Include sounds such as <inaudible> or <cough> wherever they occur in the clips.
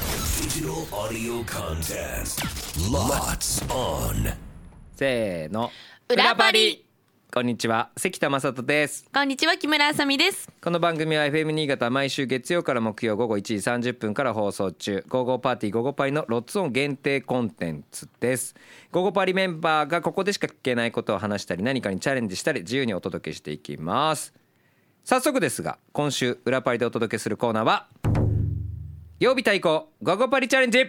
Digital audio contest. Lots on. せーの裏パリこんにちは関田正人ですこんにちは木村あさみですこの番組は FM 新潟毎週月曜から木曜午後1時30分から放送中「午後パーティー午後パリ」のロッツオン限定コンテンツです午後パリメンバーがここでしか聞けないことを話したり何かにチャレンジしたり自由にお届けしていきます早速ですが今週裏パリでお届けするコーナーは曜日対抗午後パリチャレンジイェ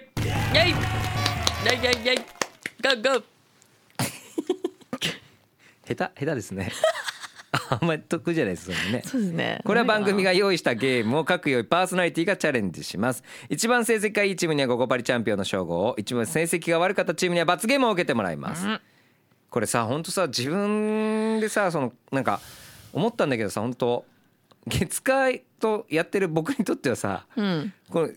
イイェイイェイイェイゴーゴー下手下手ですね <laughs> あんまり得意じゃないですよねそうですねこれは番組が用意したゲームを各曜日パーソナリティがチャレンジします一番成績がいいチームにはゴゴパリチャンピオンの称号を一番成績が悪かったチームには罰ゲームを受けてもらいます、これさ本当さ自分でさそのなんか思ったんだけどさ本当月会とやってる僕にとってはさ、うんこの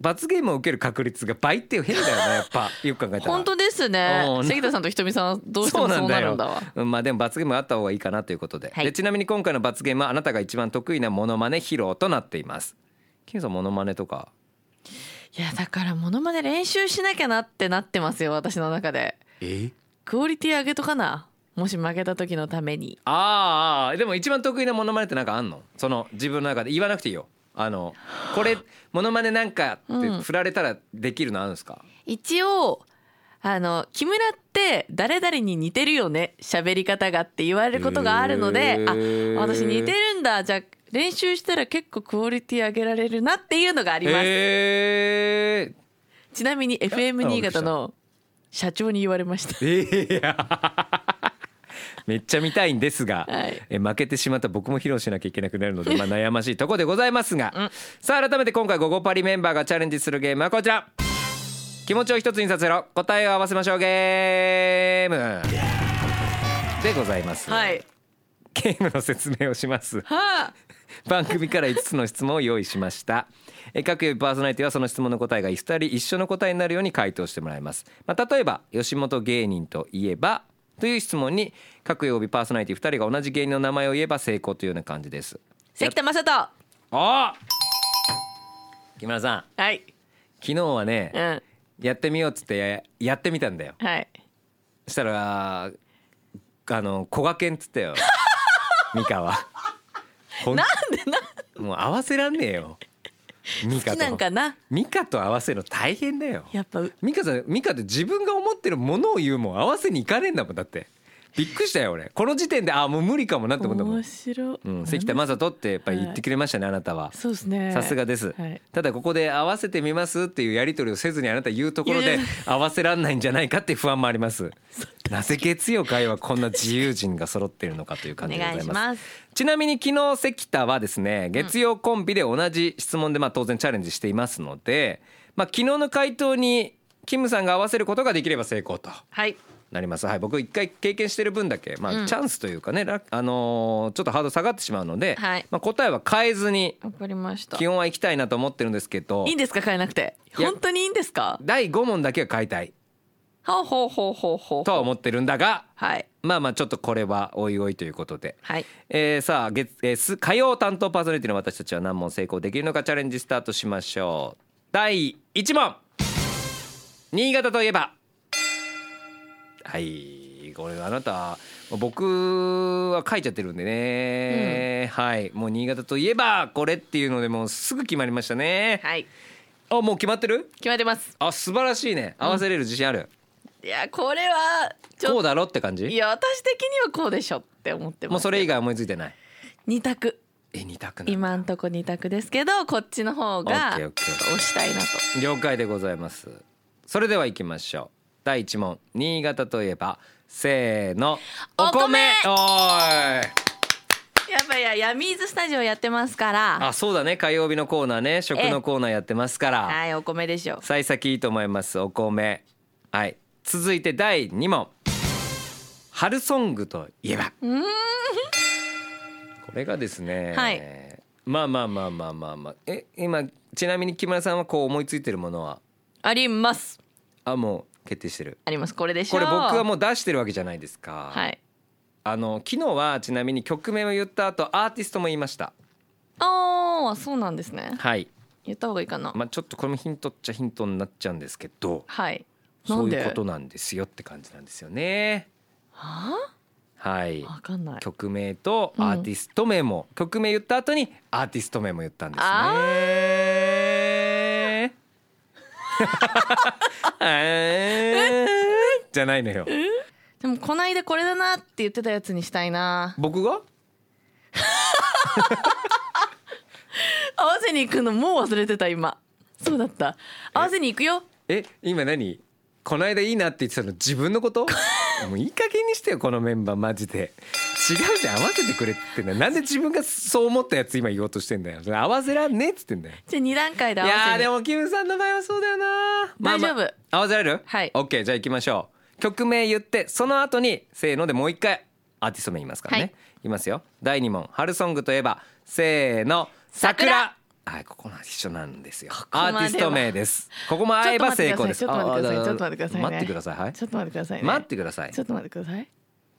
罰ゲームを受ける確率が倍っていう変だよねやっぱよく考えたら本当ですねうん関田さんとひとみさんはどうしてもそうなるんだわうんまあでも罰ゲームはあった方がいいかなということで,、はいでちなみに今回の罰ゲームはあなたが一番得意なモノマネ披露となっていますケンさんモノマネとかいやだからモノマネ練習しなきゃなってなってますよ私の中でえクオリティ上げとかなもし負けた時のためにあーあーでも一番得意なモノマネってなんかあんのその自分の中で言わなくていいよあのこれモノマネなんかってうん振られたらできるのあるんですか、一応あの木村って誰々に似てるよね喋り方がって言われることがあるのへであー私似てるんだじゃあ練習したら結構クオリティ上げられるなっていうのがあります、えーちなみに FM 新潟の社長に言われましたいや <laughs> めっちゃ見たいんですが、はいえ負けてしまった僕も披露しなきゃいけなくなるので、まあ、悩ましいとこでございますが、さあ改めて今回「ゴゴパリ」メンバーがチャレンジするゲームはこちら気持ちを一つにさせろ答えを合わせましょうゲームでございます、はいゲームの説明をしますはあ <laughs> 番組から5つの質問を用意しましたえ各曜日パーソナリティはその質問の答えが2人一緒の答えになるように回答してもらいます、まあ、例えば吉本芸人といえばという質問に各曜日パーソナリティ2人が同じ芸人の名前を言えば成功というような感じです関田正人はあ木村さんい昨日はね、うんやってみようっつってややってみたんだよはいそしたらあのこがけんっつった <laughs> よ美香はほんなんでなもう合わせらんねえよ美好香きとなんかなミカと合わせるの大変だよやっぱうミカさんミカって自分が思ってるものを言うもん合わせにいかねえんだもんだってびっくりしたよ俺この時点であもう無理かもなって思ったもん面、白い、うん、関田正人ってやっぱり言ってくれましたね、あなたはそうですねさすがです、はいただここで合わせてみますっていうやり取りをせずにあなた言うところいやでいや合わせらんないんじゃないかっていう不安もありますなぜ月曜会はこんな自由人が揃ってるのかという感じでございますお願いしますちなみに昨日関田はですね月曜コンビで同じ質問でまあ当然チャレンジしていますので、まあ、昨日の回答にキムさんが合わせることができれば成功とはいなります。はい、僕一回経験してる分だけ、まあ、うんチャンスというかね、ラあのーちょっとハードル下がってしまうので、はいまあ、答えは変えずにわかりました基本は行きたいなと思ってるんですけどいいんですか変えなくていや本当にいいんですか第5問だけは変えたいほうほうほうほうほうとは思ってるんだがはいまあまあちょっとこれはおいおいということで。はいえーさあ月、えーす火曜担当パーソナリティの私たちは何問成功できるのかチャレンジスタートしましょう第1問新潟といえばはいこれあなた僕は書いちゃってるんでね、はいもう新潟といえばこれっていうのでもうすぐ決まりましたね、はいあもう決まってる決まってますあ素晴らしいね合わせれる自信ある、いやこれはちこょうっだろって感といじや私的にはこうでしょって思ってますもうそれ以外思いついてない二択え二択なんだ今んとこ二択ですけどこっちの方がオッケーオッケーオッケー押したいなと了解でございますそれでは行きましょう第一問新潟といえばせーのお米おーいやっぱいやヤミーズスタジオやってますからあそうだね火曜日のコーナーね食のコーナーやってますからはいお米でしょ幸先いいと思いますお米はい続いて第二問春ソングといえばこれがですね、はいまあまあまあまあまあまあえ今ちなみに木村さんはこう思いついてるものはありますあもう決定してるありますこれでしこょれ僕はうもう出してるわけじゃないですか、はいあの昨日はちなみに曲名を言った後アーティストも言いましたああそうなんですねはい言った方がいいかな、まあ、ちょっとこれもヒントっちゃヒントになっちゃうんですけどはいなそんうでいうことなんですよって感じなんですよね。ははいあわかんない曲名とうんアーティスト名も、曲名言った後にアーティスト名も言ったんですあね。 <laughs> えーじゃないのよ。でもこないだこれだなって言ってたやつにしたいな僕が合わせに行くのもう忘れてた今そうだった合わせに行くよえ今何この間いいなって言ってたの自分のこと <laughs> もういい加減にしてよこのメンバーマジで違うじゃん合わせてくれって言ってんだよなんで自分がそう思ったやつ今言おうとしてんだよそれ合わせらんねえっつってんだよじゃあ2段階でい合わせにやーでもキムさんの場合はそうだよなまあまあ大丈夫合わせられるはいオッケーじゃあ行きましょう曲名言ってその後にせーのでもう一回アーティスト名言いますからね、はいい、きますよ第二問春ソングといえばせーの桜はいここの一緒なんですよこアまーではティスト名ですここも会えば成功ですちょっと待ってくださいちょっと待ってくださいああああ待ってくださいはいちょっと待ってくださいね待ってくださいちょっと待ってください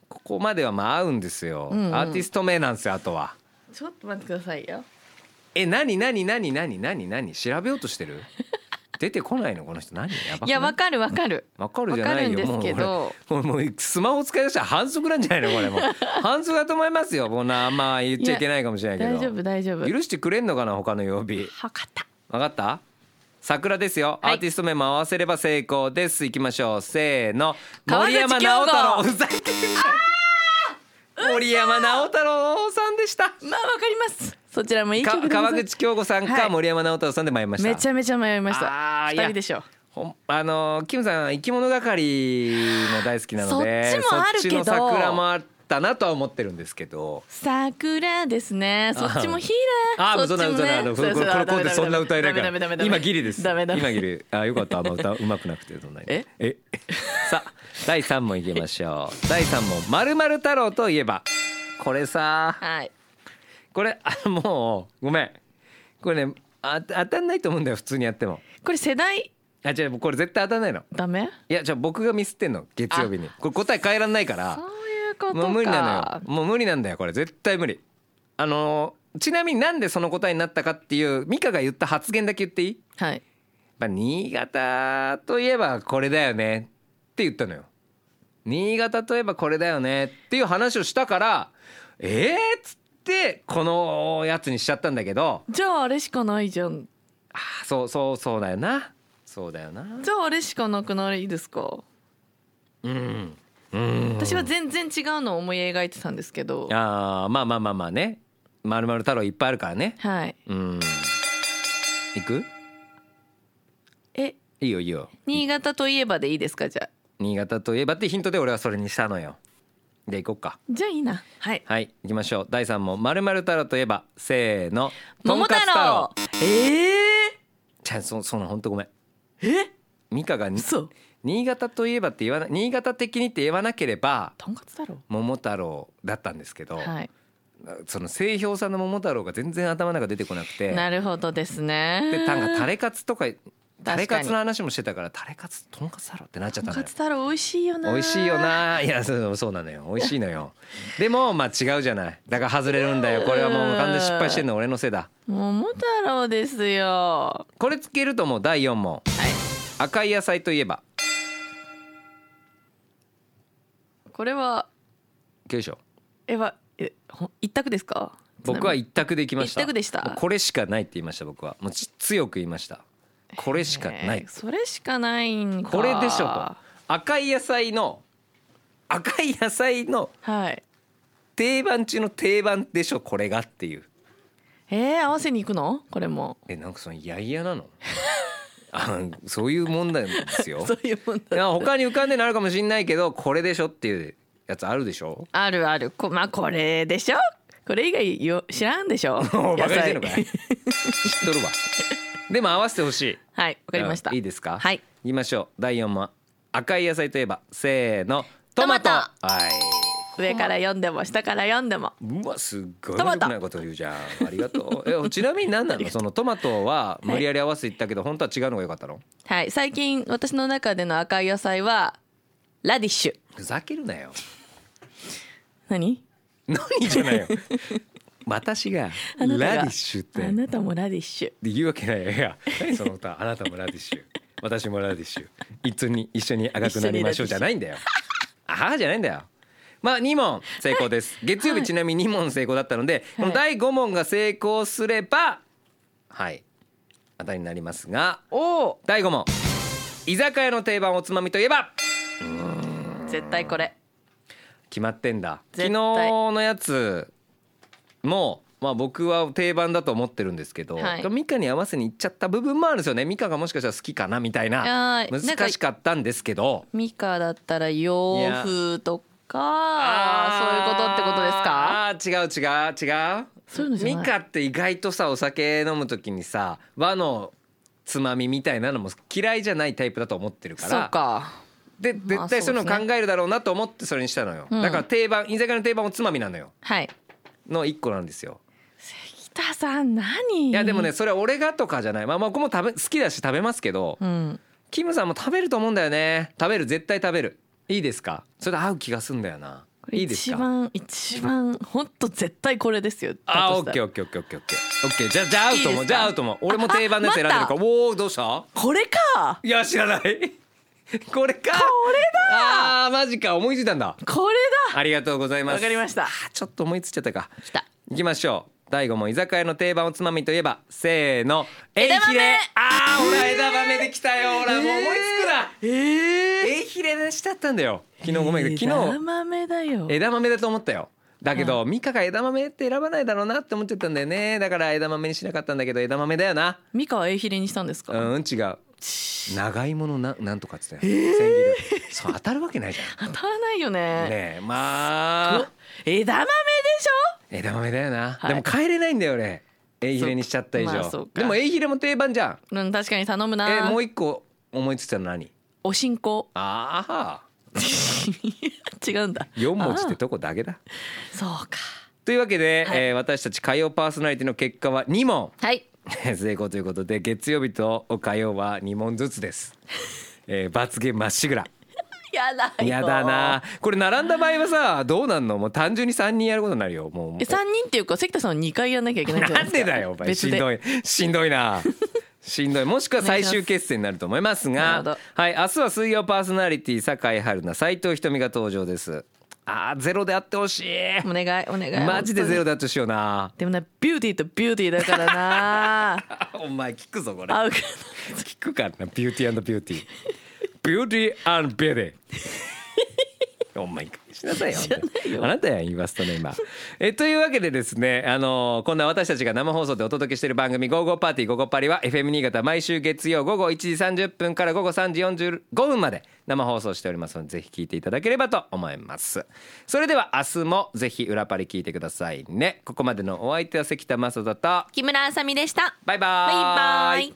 ここまではまあ合うんですよ、うんうんアーティスト名なんですよあとはちょっと待ってくださいよえ何何何何何何調べようとしてる出てこないのこの人何やばくないいやわかるわかるわかるじゃないよ。わかるんですけどもうこれもうもうスマホ使い出したら反則なんじゃないのこ <laughs> れもう反則だと思いますよ。こんなあんま言っちゃいけないかもしれないけど。大丈夫大丈夫許してくれんのかな他の曜日。わかったわかった？桜ですよ。はいアーティスト名も合わせれば成功です。行きましょう。せーの。川森口山直太 <laughs> 朗。うざけんな森山直太朗さんでした。まあわかりますそちらもいい曲かでございま川す口京子さんはかい森山直太朗さんで参りました。めちゃめちゃ迷いましあたーい二や人でしょほんあのーキムさん生き物係も大好きなのでそっちもあるけどそっちの桜もあったなとは思ってるんですけ <laughs> ど桜ですねそっちもヒーあラあーそんなっちも歌ねなのこれこれこれこれそんな歌えないからダメダメダメダメダメ今ギリですダメダメ今ギリあよかったあんま歌うまくなくてそんなにええ <laughs> さあ第三問いきましょう第三問まるまる太郎といえばこれさはいこれあもうごめんこれねあ当たんないと思うんだよ普通にやってもこれ世代あ違うこれ絶対当たんないのダメいやじゃあ僕がミスってんの月曜日にこれ答え変えらんないからそういうことかもう無理なのよもう無理なんだよこれ絶対無理あのーちなみになんでその答えになったかっていう美香が言った発言だけ言っていいはいまあ新潟といえばこれだよねって言ったのよ新潟といえばこれだよねっていう話をしたからえーっつってこのやつにしちゃったんだけどじゃああれしかないじゃんあーそうそうそうだよなそうだよなじゃああれしかなくないですかうんうん私は全然違うのを思い描いてたんですけどあーまあまあまあまあねまるまる太郎いっぱいあるからねはいうん行くえいいよいいよ新潟といえばでいいですかじゃあ新潟といえばってヒントで俺はそれにしたのよで行こうかじゃあいいなはいはい行きましょう第3問「まる太郎といえば」せーの「桃太郎えちゃんそそのほんとごめんー、えミカがに嘘新潟といえばって言わな新潟的にって言わなければとんかつだろ桃太郎だったんですけど、はいその清氷さんの桃太郎が全然頭の中出てこなくてなるほどですねでなんかタレカツとかタレカツ確かの話もしてたからタレカツとんかつ太郎ってなっちゃったとんのかよつ太郎美味しいよな美味しいよないやそうそうなのよ美味しいのよでもまあ違うじゃないだから外れるんだよこれはもう完全に失敗してんの俺のせいだ桃太郎ですよこれつけるともう第4問はい赤い野菜といえばこれはよいしょえはえほん一択ですか僕はちなみに一択でいきました一択でしたもうこれしかないって言いました僕はもうち強く言いましたこれしかない、えーそれしかないんかこれでしょと赤い野菜の赤い野菜のはい定番中の定番でしょこれがっていうえー、合わせに行くのこれもえなんかそのいやいやなの <laughs> あそういう問題なんですよ <laughs> そういうもんいだや他に浮かんでなるかもしんないけどこれでしょっていうやつあるでしょあるあるこまあこれでしょこれ以外よ知らんでしょバカにしてんの野か菜い知っと <laughs> るわでも合わせてほしいはいわかりましたうんいいですかはい言いましょう第4問赤い野菜といえばせーのトトママトトはい上から読んでも下から読んでもうわすっごいトマ良トくないこと言うじゃんありがとうえちなみに何なのそのトマトは無理やり合わせていったけど本当は違うのが良かったのはい最近私の中での赤い野菜はラディッシュふざけるなよ何 <laughs> 何じゃないよ私がラあなたがディッシュってあなたもラディッシュ言うわけないよいや何その歌あなたもラディッシュ私もラディッシュ一緒に一緒に赤くなりましょう一緒にラディッシュじゃないんだ <laughs> よあはじゃないんだよまあ2問成功です、月曜日ちなみに2問成功だったので、この第5問が成功すればはい当たりになりますがおお第5問居酒屋の定番おつまみといえば絶対これ決まってんだ昨絶日対のやつもまあ僕は定番だと思ってるんですけど、はいミカに合わせにいっちゃった部分もあるんですよねミカがもしかしたら好きかなみたいなあーなんか難しかったんですけどミカだったら洋風とかそういうことってことですかあー違う違う違うそういうのじゃないミカって意外とさお酒飲む時にさ和のつまみみたいなのも嫌いじゃないタイプだと思ってるからそうかでまあ絶対そういうそうでのすね考えるだろうなと思ってそれにしたのよ、うんだから定番居酒屋の定番おつまみなのよはいの一個なんですよ北さん何いやでもねそれは俺がとかじゃないまあまあ僕も食べ好きだし食べますけど、うんキムさんも食べると思うんだよね食べる絶対食べるいいですかそれで合う気がすんだよなこれいいです一か番一番本当絶対これですよあーだオとッしたケーらオッケーオッケーオッケーオッケーオッケーじゃあじゃあ合うと思いいうですかじゃあ合うと思う俺も定番のやつ選んでるかあらおおどうしたこれかいや知らないこれかこれだあーマジか思いついたんだこれだありがとうございますわかりましたあーちょっと思いついちゃったか来た行きましょう第5問居酒屋の定番おつまみといえばせーの枝え豆いひれあーほら枝豆できたよほらもう思いつくなえええいひれ出しちゃったんだよ昨日ごめん昨枝日豆だよ枝豆だと思ったよだけど、ミカが枝豆って選ばないだろうなって思っちゃったんだよねだから枝豆にしなかったんだけど枝豆だよなミカはエイヒレにしたんですか、うん違う長芋のななんとかっつって、えそう当たるわけないじゃ当たらないよん <laughs> ねねえまあお枝豆でし枝豆だよな、はでいも帰れないんだよ俺えいひれにしちゃった以上、まあそうかでもえいひれも定番じゃんょうん確かに頼むな、えもう一個思いついたの何お信仰ああ <laughs> 違うんだ4文字ってあとこだけだーそうかというわけで、えー私たち火曜パーソナリティの結果は2問 <laughs> はい成功ということで月曜日と火曜は2問ずつです、 <laughs> えー、罰ゲームまっしぐらやだよやだなこれ並んだ場合はさどうなんのもう単純に3人やることになるよもうえ三人っていうか関田さんは二回やんなきゃいけないんじゃなないでんすかでだよお前別しでんどいしんどいなしんどいもしくは最終決戦になると思いますがお願いしますはい明日は水曜パーソナリティ酒井春菜斉藤ひとみが登場ですあーゼロであってほしおい願いお願いマジでゼロ本当にであってほしいよ <laughs> なでもなビューティーとビューティーだ <laughs> からなお前聞くぞこれ合うか聞くかなビューティービューティービューティービューティー <laughs> お前しなさいよあなたやん言わすとね今えというわけでですねあのこんな私たちが生放送でお届けしている番組「ゴーゴーパーティーゴーゴーパリ」は FM 新潟毎週月曜午後1時30分から午後3時45分まで生放送しておりますのでぜひ聞いていただければと思いますそれでは明日もぜひ裏パリ聞いてくださいねここまでのお相手は関田正人と木村あさみでしたバイバーイバイバイ